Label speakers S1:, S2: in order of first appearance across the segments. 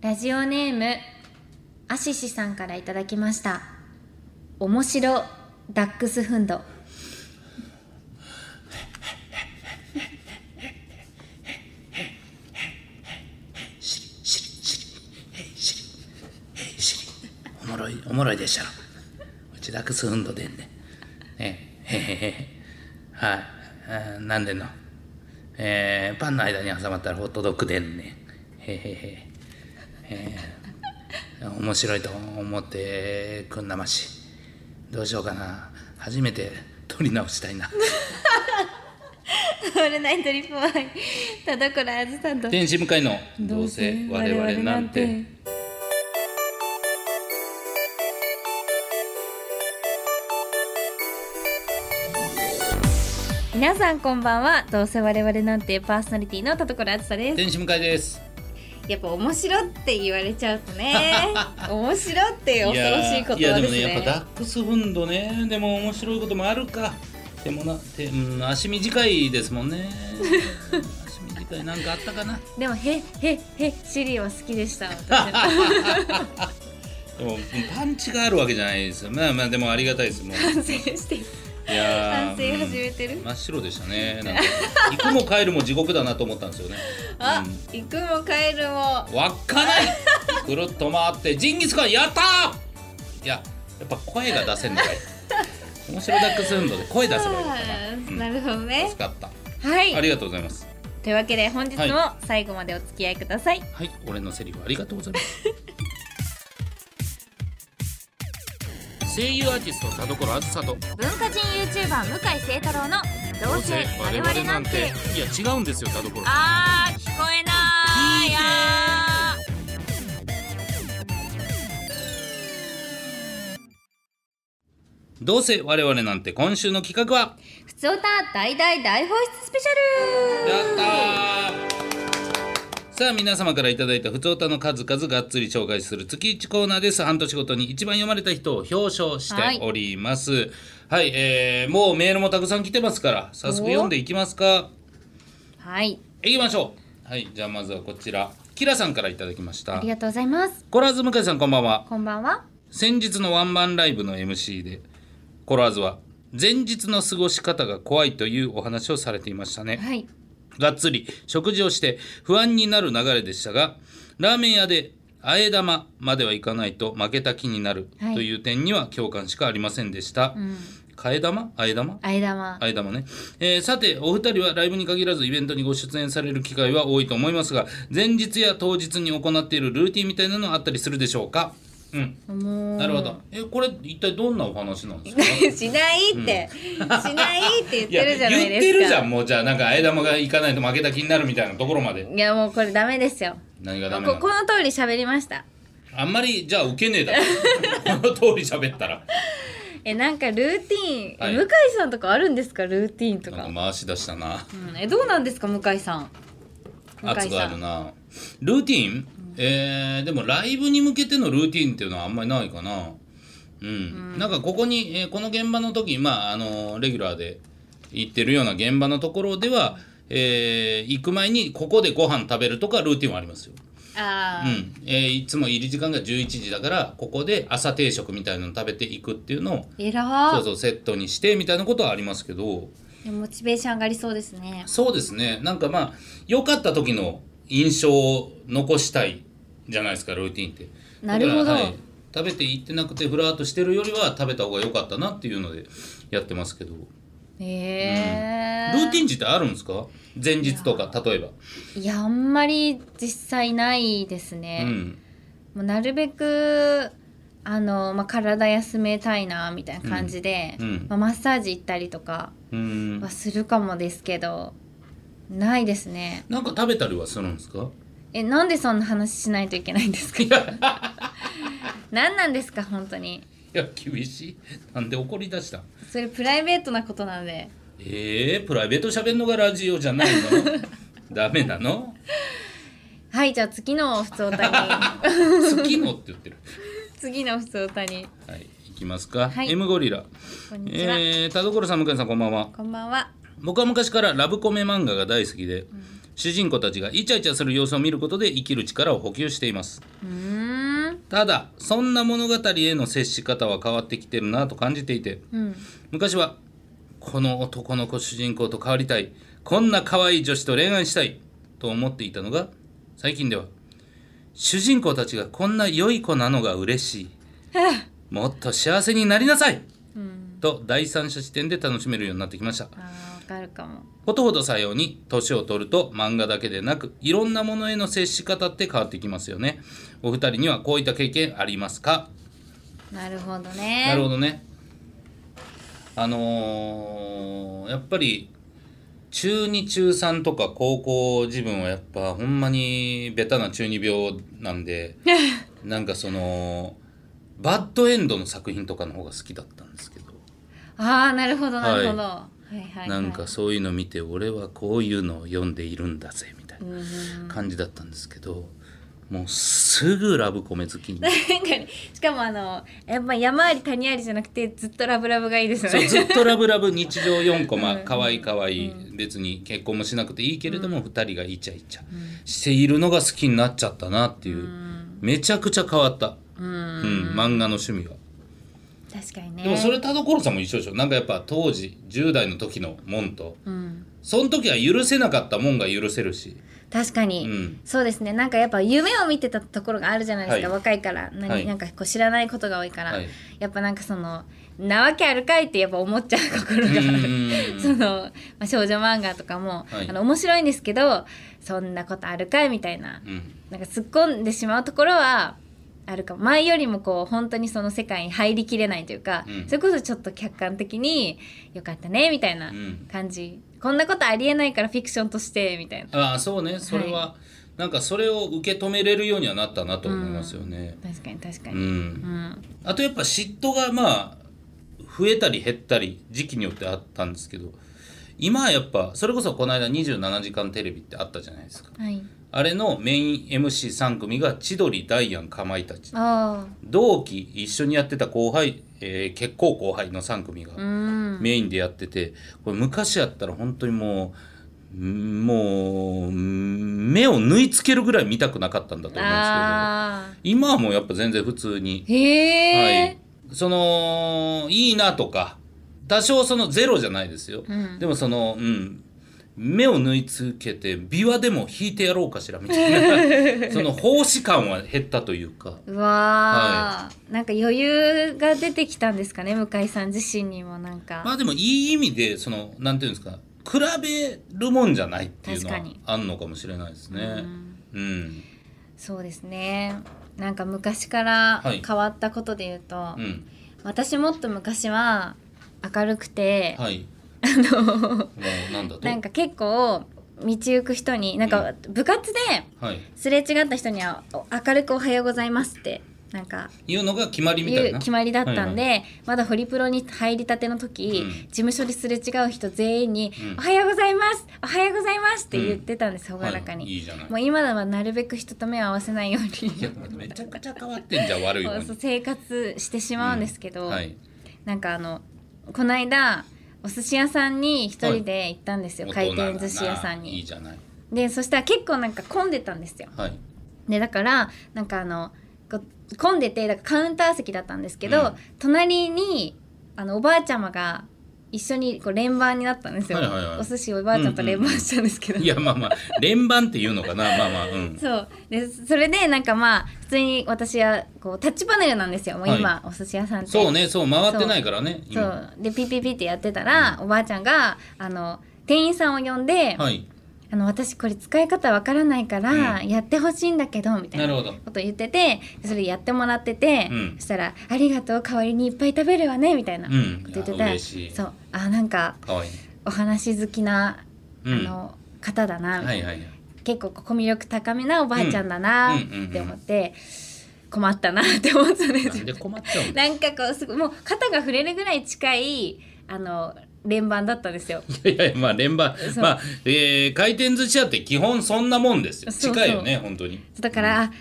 S1: ラジオネームアシシさんからいただきました面白ダックスフンド
S2: おもろいおもろいでしょうちダックスフンドでんでねへへへはいあーなんでんのえー、パンの間に挟まったらホットドッグでんねへへへえー、面白いと思ってくんなましどうしようかな初めて撮り直した いな
S1: オールナイトリップワイ田所あずさんと
S2: 天使向かいのどうせ我々なんて
S1: 皆さんこんばんはどうせ我々なんてパーソナリティの田所あずさです
S2: 天使向かいです
S1: やっぱ面白って言われちゃうと ね面白って恐ろしいこと
S2: いや
S1: は
S2: ー
S1: で
S2: いやで
S1: す
S2: もねやっぱ
S1: ね
S2: ダックスフンドねでも面白いこともあるかでもなて、うん、足短いですもん ね足短いなんかあったかな
S1: でもへへへシリは好きでした私
S2: でもパンチがあるわけじゃないですよまあまあでもありがたいですもう
S1: 反省して
S2: いや
S1: 反
S2: ー
S1: 省始めてる
S2: うん真っ白でしたねなんか行くも帰るも地獄だなと思ったんですよね
S1: あ、
S2: う
S1: 行くも帰るも
S2: ん、わっかないぐるっと回ってジンギスカンやったーいややっぱ声が出せんのかい面白ダックスフンドで声出せばいいのか
S1: あー
S2: な、
S1: な
S2: うん、
S1: るほどね
S2: 助かった
S1: はい
S2: ありがとうございます。
S1: というわけで本日も
S2: は
S1: 最後までお付き合いください、
S2: はい、俺のセリフありがとうござ います。声優アーティスト田所あずさと
S1: 文化人 YouTuber 向井聖太郎のどうせ我々なんて
S2: いや違うんですよ田所
S1: あー聞こえない
S2: 聞いてー
S1: あー
S2: どうせ我々なんて今週の企画は
S1: ふつおた大大大放出スペシャル
S2: やったーさあ皆様からいただいた不通歌の数々がっつり紹介する月1コーナーです半年ごとに一番読まれた人を表彰しておりますはい、えーもうメールもたくさん来てますから早速読んでいきますか
S1: はい
S2: 行きましょうはいじゃあまずはこちらキラさんからいただきまし
S1: あ
S2: た
S1: りがとうございます
S2: コラーズ向井さんこんばんは
S1: こんばんは
S2: 先日のワンマンライブの MC でコラーズは前日の過ごし方が怖いというお話をされていましたね
S1: はい
S2: がっつり食事をして不安になる流れでしたがラーメン屋であえ玉まではいかないと負けた気になる
S1: はい
S2: という点には共感しかありませんでした、替え玉あえ玉
S1: あえ玉
S2: 間もね、えーさてお二人はライブに限らずイベントにご出演される機会は多いと思いますが前日や当日に行っているルーティンみたいなのはあったりするでしょうかうん
S1: もう
S2: なるほどえこれ一体どんなお話なんですか
S1: しないって、しないって言っ
S2: いや
S1: てるじゃないですか
S2: 言ってるじゃんもうじゃあなんかあえ玉がいかないと負けた気になるみたいなところまで
S1: いやもうこれダメですよ
S2: 何がダメな
S1: こ
S2: の
S1: この通り喋りました
S2: あんまりじゃあ受けねえだ ろこの通り喋ったら
S1: えなんかルーティーン、
S2: はい
S1: 向井さんとかあるんですかルーティーンとか
S2: なんか回し出したな
S1: うん、えどうなんですか向井さん向井
S2: 圧が
S1: さ
S2: ある
S1: ん
S2: なルーティン、えーでもライブに向けてのルーティンっていうのはあんまりないかなうん、なんかここに、えーこの現場の時まああのレギュラーで行ってるような現場のところでは、えー行く前にここでご飯食べるとかルーティンはありますよ
S1: あ
S2: う
S1: ー、
S2: ん、えーいつも入り時間が11時だからここで朝定食みたいなの食べていくっていうのを
S1: えらー
S2: そうそうセットにしてみたいなことはありますけど
S1: でもモチベーション上がりそうですね
S2: そうですね。なんかまあ、良かった時の印象を残したいじゃないですか、ルーティンって。
S1: なるほど
S2: だからはい食べていってなくて、ふらーっとしてるよりは食べた方が良かったなっていうのでやってますけど。ル
S1: えー
S2: ーティン自体あるんですか前日とか、例えば。
S1: いやあんまり実際ないですね
S2: う、ん。
S1: もうなるべくあの、まあ、体休めたいなみたいな感じで、
S2: うんうん
S1: まあ、マッサージ行ったりとか
S2: うん。
S1: はするかもですけどないですね
S2: なんか食べたりはするんですか
S1: えなんでそんな話しないといけないんですか 何なんですか本当に
S2: いや、厳しい。なんで怒り出したん
S1: それプライベートなことなので
S2: えー、プライベート喋んのがラジオじゃないの ダメなの
S1: はいじゃあ次の普通歌に
S2: 好きのって言ってる。
S1: 次の普通歌に
S2: はい、いきますか。
S1: はい
S2: M ゴリラ。
S1: こんにちは、
S2: えー、田所さん向井さんこんばんは
S1: こんばんは
S2: 僕は昔からラブコメ漫画が大好きで、主人公たちがイチャイチャする様子を見ることで生きる力を補給しています
S1: うーん
S2: ただそんな物語への接し方は変わってきてるなと感じていて
S1: うん
S2: 昔はこの男の子主人公と変わりたいこんな可愛い女子と恋愛したいと思っていたのが最近では主人公たちがこんな良い子なのが嬉しいもっと幸せになりなさい
S1: うん
S2: と第三者視点で楽しめるようになってきました
S1: あーわかるかも
S2: ことほどさように年を取ると漫画だけでなくいろんなものへの接し方って変わってきますよねお二人にはこういった経験ありますか
S1: なるほどね
S2: なるほどねあのーやっぱり中2中3とか高校自分はやっぱほんまにベタな中二病なん でなんかそのバッドエンドの作品とかの方が好きだったんですけど
S1: ああなるほどなるほど、はい、はいはい、
S2: なんかそういうの見て俺はこういうのを読んでいるんだぜみたいうな ん感じだったんですけどもうすぐラブコメ好きになって
S1: なんかねしかもあのやっぱ山あり谷ありじゃなくてずっとラブラブがいいですよ
S2: そう
S1: ね
S2: ずっとラブラブ日常4コマ可愛い可愛い別に結婚もしなくていいけれども2人がイチャイチャしているのが好きになっちゃったなっていうめちゃくちゃ変わった、
S1: う
S2: うんん、漫画の趣味は。
S1: 確かにね
S2: でもそれ田所さんも一緒でしょなんかやっぱ当時10代の時のもんと
S1: うん
S2: その時は許せなかったもんが許せるし、
S1: 確か
S2: う
S1: に、
S2: ん、
S1: そうですねなんかやっぱ夢を見てたところがあるじゃないですか、
S2: はい
S1: 若いから何、
S2: はい
S1: なんかこう知らないことが多いから、
S2: はい
S1: やっぱなんかそのなわけあるかいってやっぱ思っちゃう心があ
S2: う
S1: る。
S2: ー ん
S1: そのまあ、少女漫画とかも、
S2: はい
S1: あの面白いんですけどそんなことあるかいみたいな
S2: うん
S1: なんか突っ込んでしまうところはあるかも前よりもこう本当にその世界に入りきれないというか、
S2: うん
S1: それこそちょっと客観的によかったねみたいな
S2: うん
S1: 感じ、こんなことありえないからフィクションとしてみたいな
S2: ああそうねそれは、なんかそれを受け止めれるようにはなったなと思いますよね。
S1: 確かに確か
S2: う
S1: に、
S2: ん
S1: うん
S2: あとやっぱ嫉妬がまあ増えたり減ったり時期によってあったんですけど今はやっぱそれこそこの間『27時間テレビ』ってあったじゃないですか
S1: はい
S2: あれのメイン MC3 組が千鳥ダイアンかまいたち
S1: あ
S2: 同期一緒にやってた後輩、えー結構後輩の3組が
S1: あうん
S2: メインでやっててこれ昔やったら本当にもうんもううん目を縫い付けるぐらい見たくなかったんだと思うんですけど
S1: ああ
S2: 今はもうやっぱ全然普通には
S1: へ
S2: い
S1: え、、
S2: そのいいなとか多少そのゼロじゃないですよ、
S1: うん
S2: でもそのうん目を縫い付けて琵琶でも弾いてやろうかしらみたい なその奉仕感は減ったというか
S1: うわー、なんか余裕が出てきたんですかね向井さん自身にもなんか、
S2: まあでもいい意味でそのなんていうんですか比べるもんじゃないっていうのは
S1: 確かに
S2: あんのかもしれないですね。うん、
S1: そうですねなんか昔から
S2: はい
S1: 変わったことで言うと、
S2: うん、
S1: 私もっと昔は明るくて、
S2: はい。あのなんだと。
S1: なんか結構道行く人になんか部活で
S2: はい。
S1: すれ違った人にはお明るく「おはようございます」ってなんか
S2: いうのが決まりみた
S1: い
S2: いうな。
S1: 決まりだったんで、
S2: は
S1: まだホリプロに入りたての時、
S2: うん
S1: 事務所ですれ違う人全員に、
S2: うん
S1: おはようございますおはようございます」って言ってたんです朗、らか
S2: はい
S1: に、
S2: いいじゃない。
S1: もう今ではなるべく人と目を合わせないように
S2: いやめちゃくちゃ変わってんじゃん悪い方に
S1: そう生活してしまうんですけど、
S2: はい
S1: なんかあのこの間お寿司屋さんに一人で行ったんですよ、
S2: 大
S1: 回
S2: 人だな
S1: 転寿司屋さん
S2: いい
S1: に。
S2: じゃない
S1: でそしたら結構なんか混んでたんですよ。
S2: はい
S1: でだからなんかあのこう混んでてだからカウンター席だったんですけど、
S2: うん
S1: 隣にあのおばあちゃまが一緒にこう連番になったんですよ、
S2: はいはいはい
S1: お寿司をおばあちゃんと連番したんですけど、
S2: いやまあまあ連番っていうのかなまあまあうん
S1: そうでそれでなんかまあ普通に私はこうタッチパネルなんですよもう今、お寿司屋さんって
S2: そうねそう回ってないからね
S1: そ
S2: 今
S1: うでピッピッピッってやってたら、おばあちゃんがあの店員さんを呼んで、
S2: はい
S1: あの私これ使い方わからないから
S2: う
S1: やってほしいんだけどみたい
S2: な
S1: な
S2: るほど
S1: こと言っててでそれやってもらってて、
S2: うん
S1: そしたら「ありがとう代わりにいっぱい食べるわね」みたいな
S2: う
S1: こと言
S2: んいや
S1: ってたら、
S2: 嬉しい
S1: そうあなんか
S2: かわいい
S1: お話好きな、
S2: うん
S1: あの方だな、みた
S2: はいい
S1: な
S2: はいはい
S1: 結構コミュ力高めなおばあちゃんだな
S2: う
S1: っ
S2: んうんうんうん
S1: て思って、困ったなって思ったんです
S2: な
S1: よ
S2: んで困っちゃうんだ
S1: なんかこうすごいもう肩が触れるぐらい近いあの連番だったんですよ。
S2: いやいやまあ連番
S1: そう
S2: まあえー回転寿司屋って基本そんなもんですよ
S1: そうそう
S2: 近いよね本当に
S1: だから、あ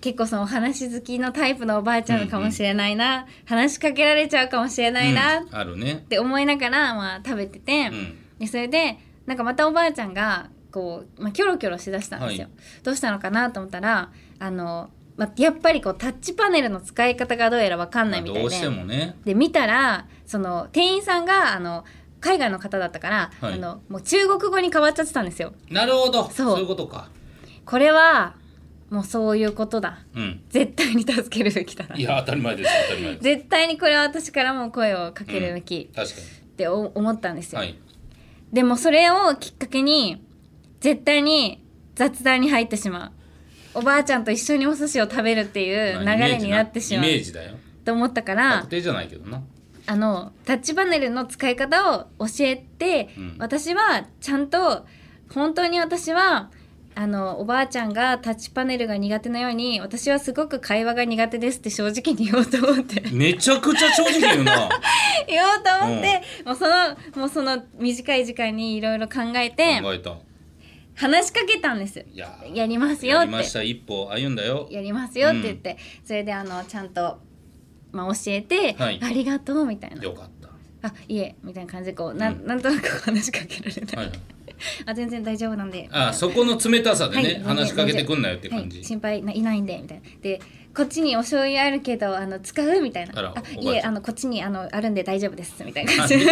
S1: 結構そのお話好きのタイプのおばあちゃんかもしれないな、話しかけられちゃうかもしれないな
S2: う
S1: っ
S2: んあるね
S1: て思いながら、まあ、食べてて、
S2: うん
S1: でそれでなんかまたおばあちゃんがこう、まあ、キョロキョロしだしたんですよ、
S2: は
S1: どうしたのかなと思ったらあの、まあ、やっぱりこうタッチパネルの使い方がどうやら分かんないみた
S2: ど
S1: いう
S2: して
S1: で、
S2: もね
S1: で見たらその店員さんがあの海外の方だったから、
S2: はい
S1: あのもう中国語に変わっちゃってたんですよ
S2: なるほど
S1: そう
S2: そういうことか
S1: これはもうそういうことだ
S2: うん
S1: 絶対に助けるべきだない
S2: や当たり前です当たり前で
S1: 絶対にこれは私からも声をかけるべき
S2: す確
S1: ってお思ったんです
S2: かに
S1: よ、
S2: はい
S1: でもそれをきっかけに絶対に雑談に入ってしまうおばあちゃんと一緒にお寿司を食べるっていう流
S2: まあ
S1: れになってしまう
S2: イメージだよ
S1: と思ったか
S2: 確
S1: ら
S2: 定じゃないけどな
S1: あのタッチパネルの使い方を教えて、
S2: うん
S1: 私はちゃんと本当に私はあのおばあちゃんがタッチパネルが苦手なように私はすごく会話が苦手ですって正直に言おうと思って
S2: めちゃくちゃ正直言うな
S1: 言おうと思って、もうそのもうその短い時間にいろいろ考えて
S2: 考えた
S1: 話しかけたんです。
S2: いや
S1: やりますよ
S2: や
S1: っ
S2: りましてた一歩歩んだよ
S1: やりますよって言って、それであのちゃんと、まあ、教えて、
S2: はい
S1: ありがとうみたいな
S2: よかった
S1: あいえみたいな感じでこうな,、、
S2: うんん
S1: なんとなく話しかけられた、
S2: はい
S1: あ全然大丈夫なんで
S2: あそこの冷たさで
S1: はい
S2: ね話しかけてくんなよって感
S1: は
S2: じ
S1: い、心配ないないんでみたいなでこっちにお醤油あるけどあの使うみたいな
S2: あらおばあ
S1: い
S2: ちゃん
S1: えあのこっちにあのあるんで大丈夫ですみたいな感
S2: あ
S1: じで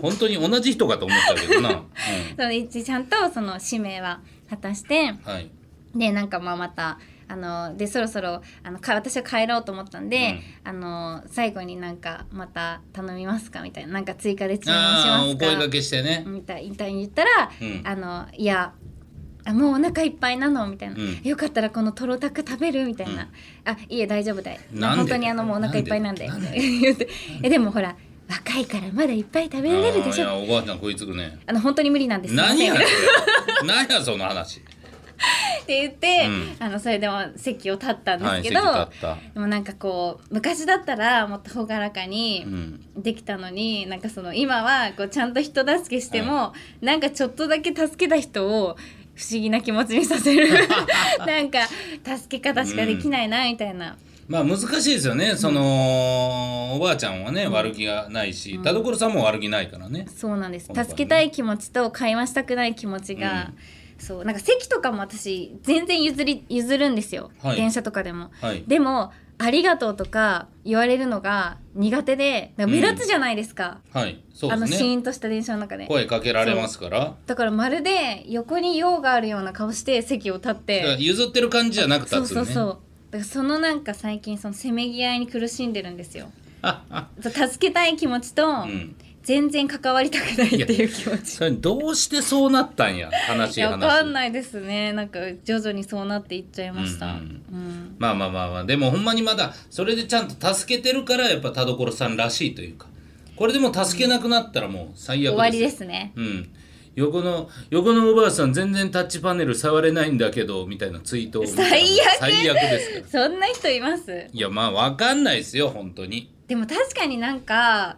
S2: 本当に同じ人かと思ったけどな、う
S1: その一ちゃんとその使命は果たして
S2: ん、 はい
S1: でなんかまあまたあのでそろそろあのか私は帰ろうと思ったんで、あの最後になんかまた頼みますかみたいななんか追加で注文し
S2: ああ
S1: ます
S2: お声掛
S1: か
S2: けしてね、
S1: みたいな言ったら、
S2: うん
S1: あのいやあもうお腹いっぱいなのみたいな、
S2: うん
S1: よかったらこのとろたく食べるみたいな、あいえ大丈夫だい
S2: なんで
S1: 本当にあのもうお腹いっぱいなんで
S2: なんで
S1: 言ってえでもほら若いからまだいっぱい食べられるでし
S2: あ
S1: ょ
S2: ーいやおばあちゃん食いつくね
S1: あの本当に無理なんです
S2: 何や
S1: み
S2: そ
S1: たい
S2: れ
S1: な
S2: 何やその話
S1: って言って、
S2: う
S1: あのそれでも席を立ったんで
S2: は
S1: す
S2: い
S1: け
S2: 席
S1: ど、
S2: 立った
S1: でもなんかこう昔だったらもっと朗らかに
S2: うん
S1: できたのに、なんかその今はこうちゃんと人助けしても、なんかちょっとだけ助けた人を不思議な気持ちにさせ るなんか助け方しかできないなみたいな、
S2: まあ難しいですよねその、おばあちゃんはね悪気がないし、田所さんも悪気ないからね、
S1: そうなんです
S2: 本当は
S1: 助
S2: ね
S1: けたい気持ちと会話したくない気持ちが、そうなんか席とかも私全然譲り譲るんですよ、
S2: はい
S1: 電車とかでも。
S2: はい
S1: でも「ありがとう」とか言われるのが苦手でなんか目立つじゃないですか、
S2: はいそ
S1: あ
S2: う
S1: の
S2: で
S1: シ
S2: すね
S1: ーンとした電車の中で。
S2: 声かけられますから
S1: だからまるで横に用があるような顔して席を立っ
S2: だから
S1: て
S2: 譲ってる感じじゃなく立つ
S1: そ
S2: ね
S1: うそうそうだからそのなんか最近そのせめぎ合いに苦しんでるんですよ
S2: ああ
S1: そう助けたい気持ちと
S2: うん
S1: 全然関わりたくないっていう気持ち
S2: それどうしてそうなったんや悲し
S1: い
S2: い
S1: やわ
S2: 話
S1: かんないですねなんか徐々にそうなっていっちゃいましたう、
S2: うんんまあまあまあまあでもほんまにまだそれでちゃんと助けてるからやっぱ田所さんらしいというかこれでもう助けなくなったらもう最悪です
S1: 終わりですね
S2: うん横の横のおばあさん全然タッチパネル触れないんだけどみたいなツイートを見たら
S1: 最悪
S2: 最悪ですから
S1: そんな人います
S2: いやまあわかんないですよ本当に
S1: でも確かになんか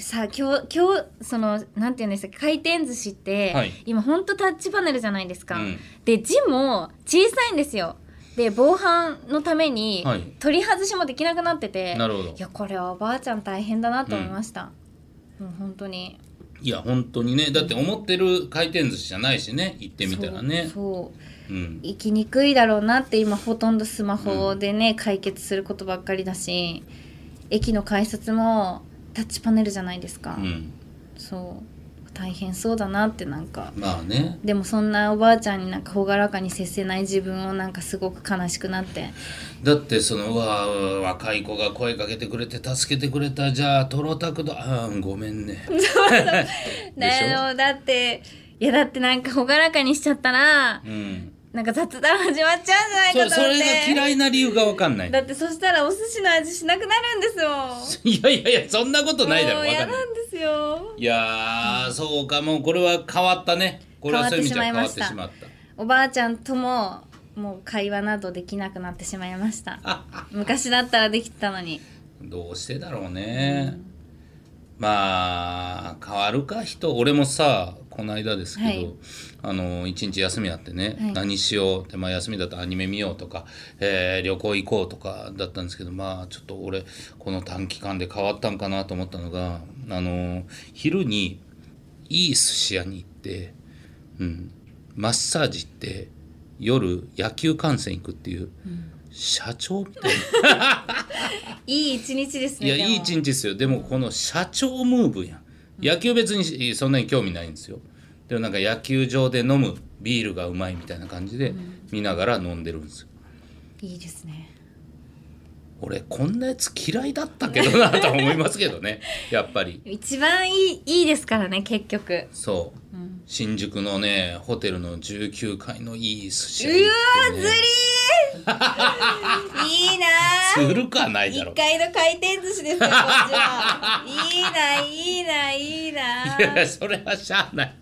S1: さ今日今日そのなんて言うんですか回転寿司って、
S2: はい
S1: 今ほんとタッチパネルじゃないですか、
S2: うん
S1: で字も小さいんですよで防犯のために
S2: はい
S1: 取り外しもできなくなってて、
S2: なるほど
S1: いやこれはおばあちゃん大変だなと思いました、もう本当に
S2: いや本当にねだって思ってる回転寿司じゃないしね行ってみたら
S1: そう
S2: ね
S1: そう
S2: うん
S1: 行きにくいだろうなって今ほとんどスマホでね、解決することばっかりだし駅の改札もタッチパネルじゃないですか、
S2: うん
S1: そう大変そうだなってなんか
S2: まあね
S1: でもそんなおばあちゃんになんか朗らかに接せない自分をなんかすごく悲しくなって
S2: だってそのうわー若い子が声かけてくれて助けてくれたじゃあトロタクだあーごめ んね
S1: だ
S2: でしょ
S1: よだっていやだってなんか朗らかにしちゃったら
S2: うん
S1: なんか雑談始まっちゃうんじゃないうか
S2: そそ
S1: と思っ
S2: れ
S1: て
S2: が嫌いな理由がわかんない
S1: だってそしたらお寿司の味しなくなるんですも
S2: いやいやいやそんなこと
S1: ん
S2: ないだろ
S1: も
S2: わ
S1: う
S2: か
S1: 嫌
S2: んない
S1: なんですよ
S2: いやー、そうかもうこれは変わったねこれはそういう意味じゃ変わってしまった
S1: おばあちゃんとももう会話などできなくなってしまいました
S2: ああ
S1: 昔だったらできてたのに
S2: どうしてだろうね、まあ変わるか人俺もさこの間ですけど、
S1: はい
S2: あの一日休みあってね、
S1: はい
S2: 何しようって、まあ、休みだとアニメ見ようとか、えー旅行行こうとかだったんですけどまあちょっと俺この短期間で変わったんかなと思ったのがあの昼にいい寿司屋に行って、うん、マッサージって夜野球観戦行くっていう社長みたいな、
S1: いい一日です
S2: い
S1: ね
S2: や
S1: でも
S2: いい一日ですよでもこの社長ムーブやん野球別にそんなに興味ないんですよでもなんか野球場で飲むビールがうまいみたいな感じで見ながら飲んでるんですよ
S1: いいですね
S2: 俺こんなやつ嫌いだったけどなと思いますけど ねやっぱり
S1: 一番いいいいですからね結局
S2: そう、
S1: うん
S2: 新宿のねホテルの19階のいい寿司
S1: う
S2: 屋
S1: わー
S2: 行って
S1: ず
S2: ね
S1: り ーいいなー
S2: するかないだろ
S1: 一階の回転寿司ですよこっち はいいないいないいない
S2: やそれはしゃあない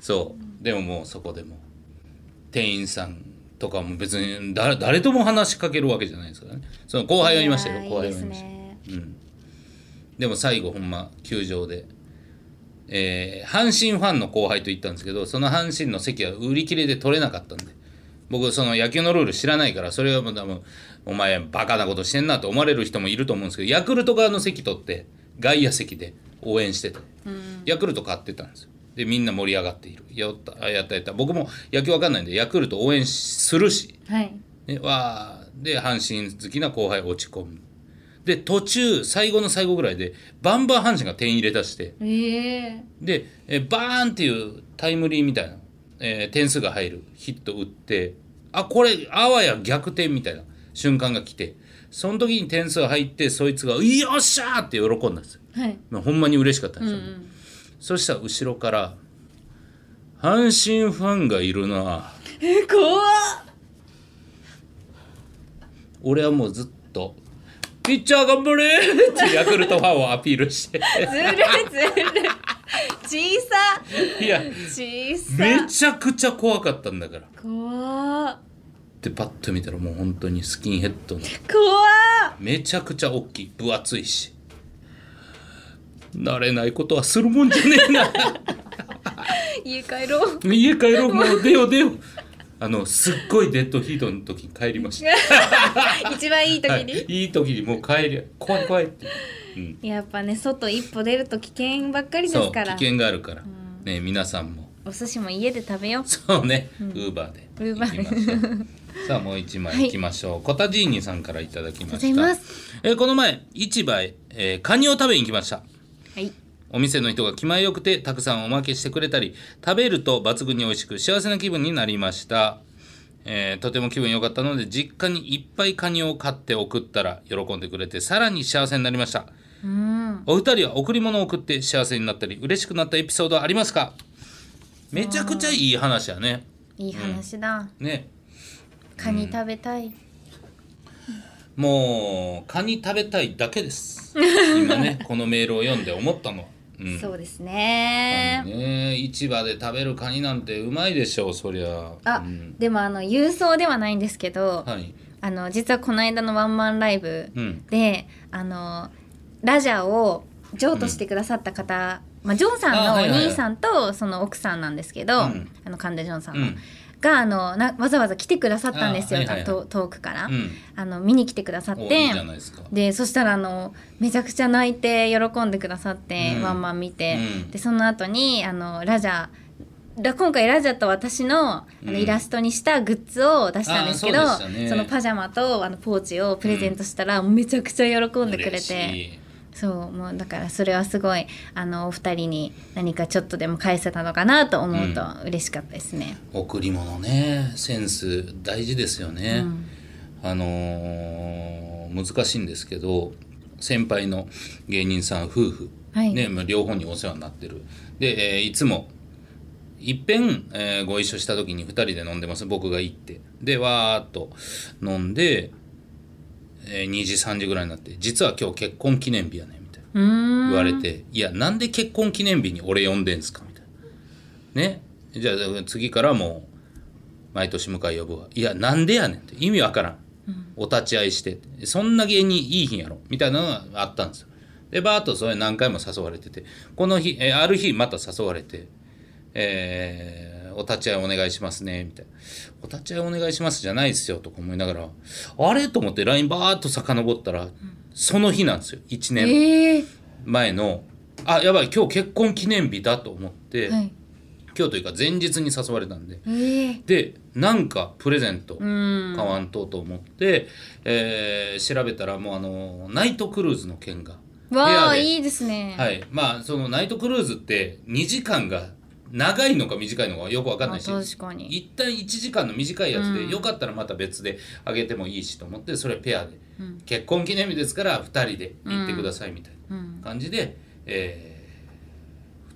S2: そうでももうそこでも店員さんとかも別に誰誰とも話しかけるわけじゃないですからねその後輩がいましたよ
S1: いやー
S2: 後輩
S1: いい
S2: が
S1: で
S2: い
S1: す
S2: ました
S1: ね
S2: うん、でも最後ほんま球場で、えー阪神ファンの後輩と行ったんですけどその阪神の席は売り切れで取れなかったんで僕その野球のルール知らないからそれはもう多分お前バカなことしてんなと思われる人もいると思うんですけどヤクルト側の席取って外野席で応援してて、ヤクルト買ってたんですよでみんな盛り上がっているやったあやったやった僕も野球わかんないんでヤクルト応援するし
S1: はい
S2: ね、わーで阪神好きな後輩落ち込むで途中最後の最後ぐらいでバンバン阪神が点入れ出して
S1: ええ
S2: でえバーンっていうタイムリーみたいな、えー点数が入るヒット打ってあこれあわや逆転みたいな瞬間が来てその時に点数入ってそいつが「よっしゃー!」って喜んだんですよ
S1: はい
S2: まあほんまに嬉しかったんですよ、
S1: ん
S2: そしたら後ろから「阪神ファンがいるな」
S1: え怖っ
S2: 俺はもうずっと「ピッチャー頑張れ!」ってヤクルトファンをアピー ルして
S1: ずるずる小さ
S2: いや
S1: 小
S2: め
S1: さ
S2: ちゃくちゃ怖かったんだから
S1: 怖っ
S2: でパッと見たらもう本当にスキンヘッドの
S1: 怖っ
S2: めちゃくちゃ大きい分厚いし慣れないことはするもんじゃね えな
S1: 家帰ろう
S2: 家帰ろうもう出よう出ようあのすっごいデッドヒートの時に帰り ました、
S1: 一番いい時
S2: はい、
S1: に、
S2: いい時にもう帰り怖い怖いって、うん、
S1: やっぱね外一歩出ると危険ばっかりで
S2: そ
S1: す
S2: う
S1: か
S2: 危
S1: ら
S2: 険があるから、ね皆さんも
S1: お寿司も家で食べよう
S2: そうね、ウーバーで。
S1: Uber で
S2: 行きましょうさあもう一枚いきましょう、コタジーニさんからいただきま
S1: ありが
S2: し
S1: とうござ
S2: た
S1: います
S2: えーこの前市場へ、えーカニを食べに行きました
S1: はい
S2: お店の人が気前よくてたくさんおまけしてくれたり食べると抜群に美味しく幸せな気分になりました、えーとても気分良かったので実家にいっぱいカニを買って送ったら喜んでくれてさらに幸せになりました
S1: うん
S2: お二人は贈り物を送って幸せになったり嬉しくなったエピソードはありますかめちゃくちゃいい話やね
S1: いい話だ、
S2: ね
S1: カニ食べたい、
S2: もうカニ食べたいだけです 今ねこのメールを読んで思ったのは、うん
S1: そうですね
S2: ねえ市場で食べるカニなんてうまいでしょうそりゃ
S1: あ、
S2: うん
S1: でもあの郵送ではないんですけど、
S2: はい
S1: あの実はこの間のワンマンライブ
S2: うん
S1: で、あのラジャーを譲渡してくださった方、まあ、ジョンさ
S2: あ
S1: んの
S2: は
S1: お
S2: いはいはい
S1: 兄さんとその奥さんなんですけど、
S2: うん
S1: あの神田ジョンさん
S2: う
S1: の、
S2: ん
S1: があのなわざわざ来てくださったんですよ、
S2: あはいはいはい
S1: と遠くから、
S2: うん
S1: あの見に来てくださっ
S2: お
S1: て。
S2: いいじゃないですか
S1: でそしたらあのめちゃくちゃ泣いて喜んでくださって、
S2: うん
S1: ワンマン見て、
S2: うん
S1: でその後にあのラジャラ今回ラジャと私のあ
S2: うん
S1: のイラストにしたグッズを出したんですけど、
S2: あー
S1: そ
S2: そうでしたね
S1: のパジャマとあのポーチをプレゼントしたら、めちゃくちゃ喜んでくれ
S2: 嬉してい
S1: そうもうだからそれはすごいあのお二人に何かちょっとでも返せたのかなと思うと嬉しかったですね。
S2: 贈り物ねセンス大事ですよね、あのー難しいんですけど先輩の芸人さん夫婦、
S1: はい
S2: ね、まあ両方にお世話になってるで、えーいつもいっぺん、えーご一緒した時に2人で飲んでます僕が行ってでわーっと飲んで、えー2時3時ぐらいになって「実は今日結婚記念日やね」みたいな。
S1: うーん
S2: 言われて「いやなんで結婚記念日に俺呼んでんすか」みたいなねじゃあ次からもう毎年向かい呼ぶわ「いやなんでやねん」って意味わからん、お立ち会いしてそんな芸人いい日やろみたいなのがあったんですよでバーッとそれ何回も誘われててこの日、えーある日また誘われて「えーお立ち会いお願いしますね」みたいな「お立ち会いお願いします」じゃないですよとか思いながらあれと思って LINE バーッと遡ったらその日なんですよ1年
S1: えー
S2: 前のあやばい今日結婚記念日だと思って、
S1: はい、
S2: 今日というか前日に誘われたんで
S1: ええ
S2: でなんかプレゼント
S1: う
S2: 買
S1: ん
S2: わんとと思って、えー調べたらもうあのナイトクルーズの券が
S1: わあ
S2: で
S1: いいですね、
S2: はい、まあそのナイトクルーズって2時間が長いのか短いのかよく分かん
S1: ま
S2: な
S1: あ
S2: いし
S1: 確かに
S2: 一旦1時間の短いやつで、
S1: うん
S2: よかったらまた別であげてもいいしと思ってそれペア
S1: う
S2: で、
S1: ん
S2: 結婚記念日ですから2人で行ってくださいみたい
S1: うん
S2: な感じで、えー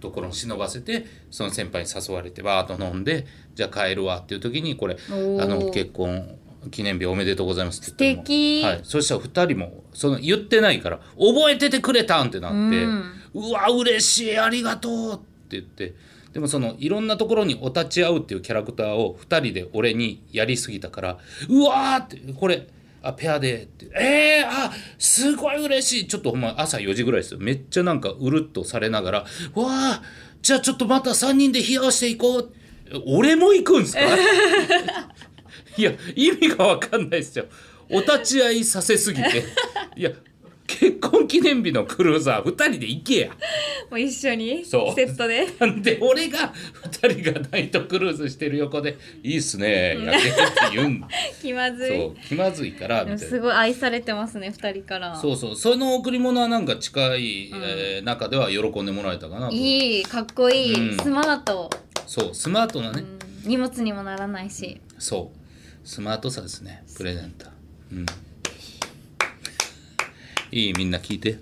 S2: 懐に忍ばせてその先輩に誘われてバーッと飲んでじゃあ帰るわっていう時にこれあ
S1: おー
S2: の結婚記念日おめでとうございますって言って
S1: 素
S2: も
S1: 敵
S2: はい、そしたら2人もその言ってないから「覚えててくれたん!」ってなって「うわ嬉しいありがとう!」って言ってでもそのいろんなところにお立ち会うっていうキャラクターを2人で俺にやりすぎたから「うわ!」ってこれ。あペアでってえー、あすごい嬉しいちょっとほんま朝4時ぐらいですよめっちゃなんかうるっとされながら「わあじゃあちょっとまた3人で冷やしていこう」俺も行くんですかいや意味が分かんないですよお立ち会いさせすぎていや結婚記念日のクルーザー2人で行けや
S1: もう一緒にセ
S2: そう
S1: ットで
S2: なんで俺が2人がナイトクルーズしてる横で「いいっすねやって」って言 うんだ
S1: 気まず
S2: そ
S1: いう
S2: 気まずいから
S1: で
S2: み
S1: も
S2: たい
S1: す
S2: な。
S1: ごい愛されてますね二人から
S2: そうそうその贈り物はなんか近い、えー中では喜んでもらえたかなと
S1: いいかっこいい、
S2: うん
S1: スマート、
S2: そうスマートなね、
S1: うん荷物にもならないし
S2: そうスマートさですねプレゼンターうん いいみんな聞いて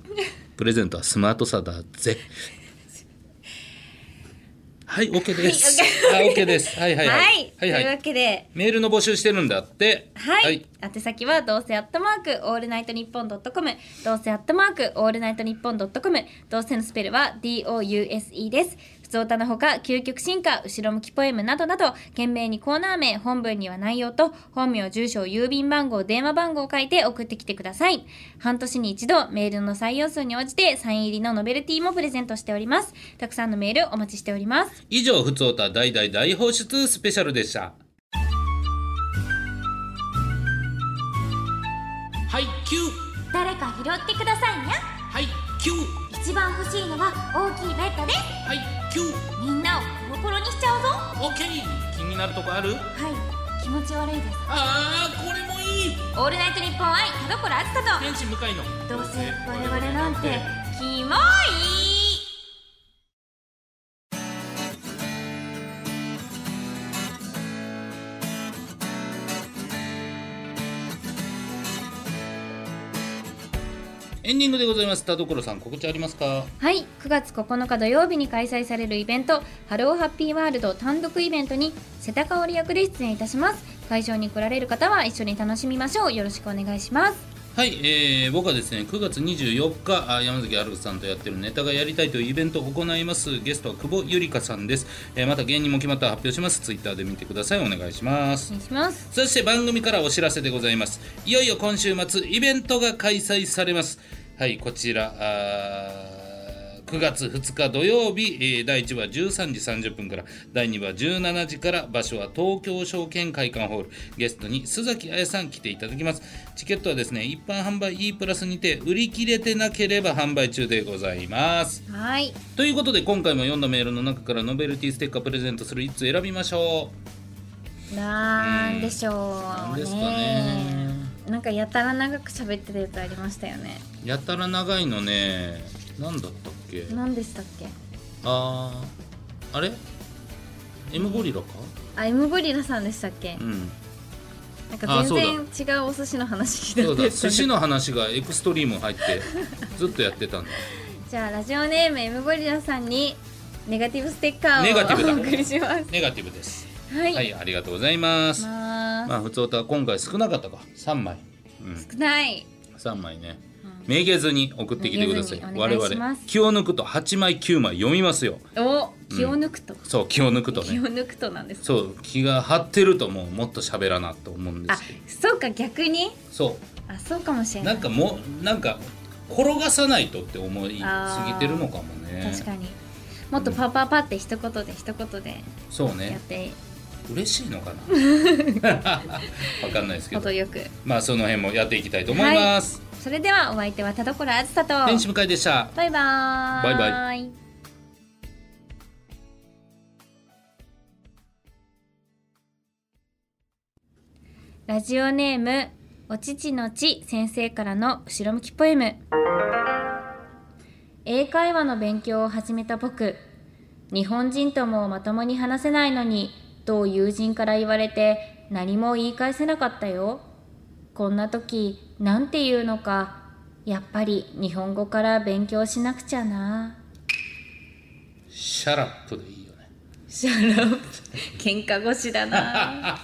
S2: プレゼントはスマートさだぜはい OK ですはい OK ですはいは
S1: はいい、
S2: はいは
S1: とい
S2: い
S1: うわけで
S2: メールの募集してるんだって
S1: はい、宛先はどうせアットマークオールナイトニッポンドットコムどうせアットマークオールナイトニッポンドットコムどうせのスペルは DOUSE です普通歌のほか究極進化後ろ向きポエムなどなど懸命にコーナー名本文には内容と本名住所郵便番号電話番号を書いて送ってきてください半年に一度メールの採用数に応じてサイン入りのノベルティもプレゼントしておりますたくさんのメールお待ちしております
S2: 以上「ふつおた大大大放出スペシャル」でしたはいキュー
S3: 誰か拾ってくださいね
S2: はいキュー
S3: 一番欲しいのは大きいベッドです
S2: はいキュー
S3: みんなをコロコロにしちゃうぞは
S2: オッケー気になるとこある
S3: い気持ち悪いです
S2: ああこれもいい
S3: オールナイトニッポン愛田所あず
S2: 天使向かいの
S3: とどうせ我々なんてキモい
S2: エンディングでございます田所さん告知ありますか
S1: はい、9月9日土曜日に開催されるイベント「ハローハッピーワールド」単独イベントに瀬田香織役で出演いたします会場に来られる方は一緒に楽しみましょうよろしくお願いします
S2: はい、えー僕はですね9月24日あ山崎アルフさんとやってるネタがやりたいというイベントを行いますゲストは久保ゆりかさんです、えーまた芸人も決まったら発表しますツイッターで見てくださいお願いしま
S1: お
S2: す
S1: 願いします
S2: そして番組からお知らせでございます。いよいよ今週末、イベントが開催されます。はい、こちら、あー9月2日土曜日、えー第1話13時30分から、第2話17時から、場所は東京証券会館ホール、ゲストに須崎彩さん来ていただきます。チケットはですね、一般販売 E プラスにて、売り切れてなければ販売中でございます。
S1: はい
S2: ということで、今回も読んだメールの中からノベルティステッカープレゼントする1つ選びましょう。
S1: なんでしょ
S2: なん
S1: う
S2: で
S1: ね
S2: すかね
S1: なんかやたら長く喋ってたやつありましたよね
S2: やたら長いのね何だったっけ
S1: 何でしたっけ
S2: あーあれ M ゴリラか
S1: あ、M ゴリラさんでしたっけ
S2: うん
S1: なんか
S2: あそうだ
S1: 全然違うお寿司の話聞い
S2: そ
S1: て
S2: う
S1: たや
S2: だ
S1: つ
S2: 寿司の話がエクストリーム入ってずっとやってたんだ
S1: じゃあラジオネーム M ゴリラさんにネガティブステッカ
S2: ネガティブだ
S1: ーをお送りします
S2: ネガティブです
S1: はい、
S2: はいありがとうございます
S1: まあ、
S2: まあ普通歌は今回少なかったか3枚うん
S1: 少ない
S2: 3枚ね
S1: うん
S2: めげずに送ってきてください
S1: めげずにお
S2: 我
S1: 願いします
S2: 々気を抜くと8枚9枚読みますよ
S1: お気を抜くと、
S2: そう気を抜くと
S1: 気を
S2: ね
S1: 抜くとなんです
S2: そう気が張ってるともうもっと喋らなと思うんで
S1: あ
S2: すけど
S1: そうか逆に
S2: そう
S1: あそうかもしれな
S2: ないんかもうなんか転がさないとって思いすぎてるのかもね
S1: 確かにもっとパパパって一言で一言で
S2: そう
S1: や
S2: ね
S1: って
S2: 嬉しいのかな わかんないですけど
S1: 程よく
S2: まあその辺もやっていきたいと思います、
S1: それではお相手は田所あずさと
S2: 天使向かいでした
S1: バイバーイ
S2: バイバ
S1: イラジオネームお乳のち先生からの後ろ向きポエム英会話の勉強を始めた僕日本人ともまともに話せないのにと友人から言われて何も言い返せなかったよこんな時なんて言うのかやっぱり日本語から勉強しなくちゃな
S2: シャラップでいいよね
S1: シャラップ喧嘩腰だな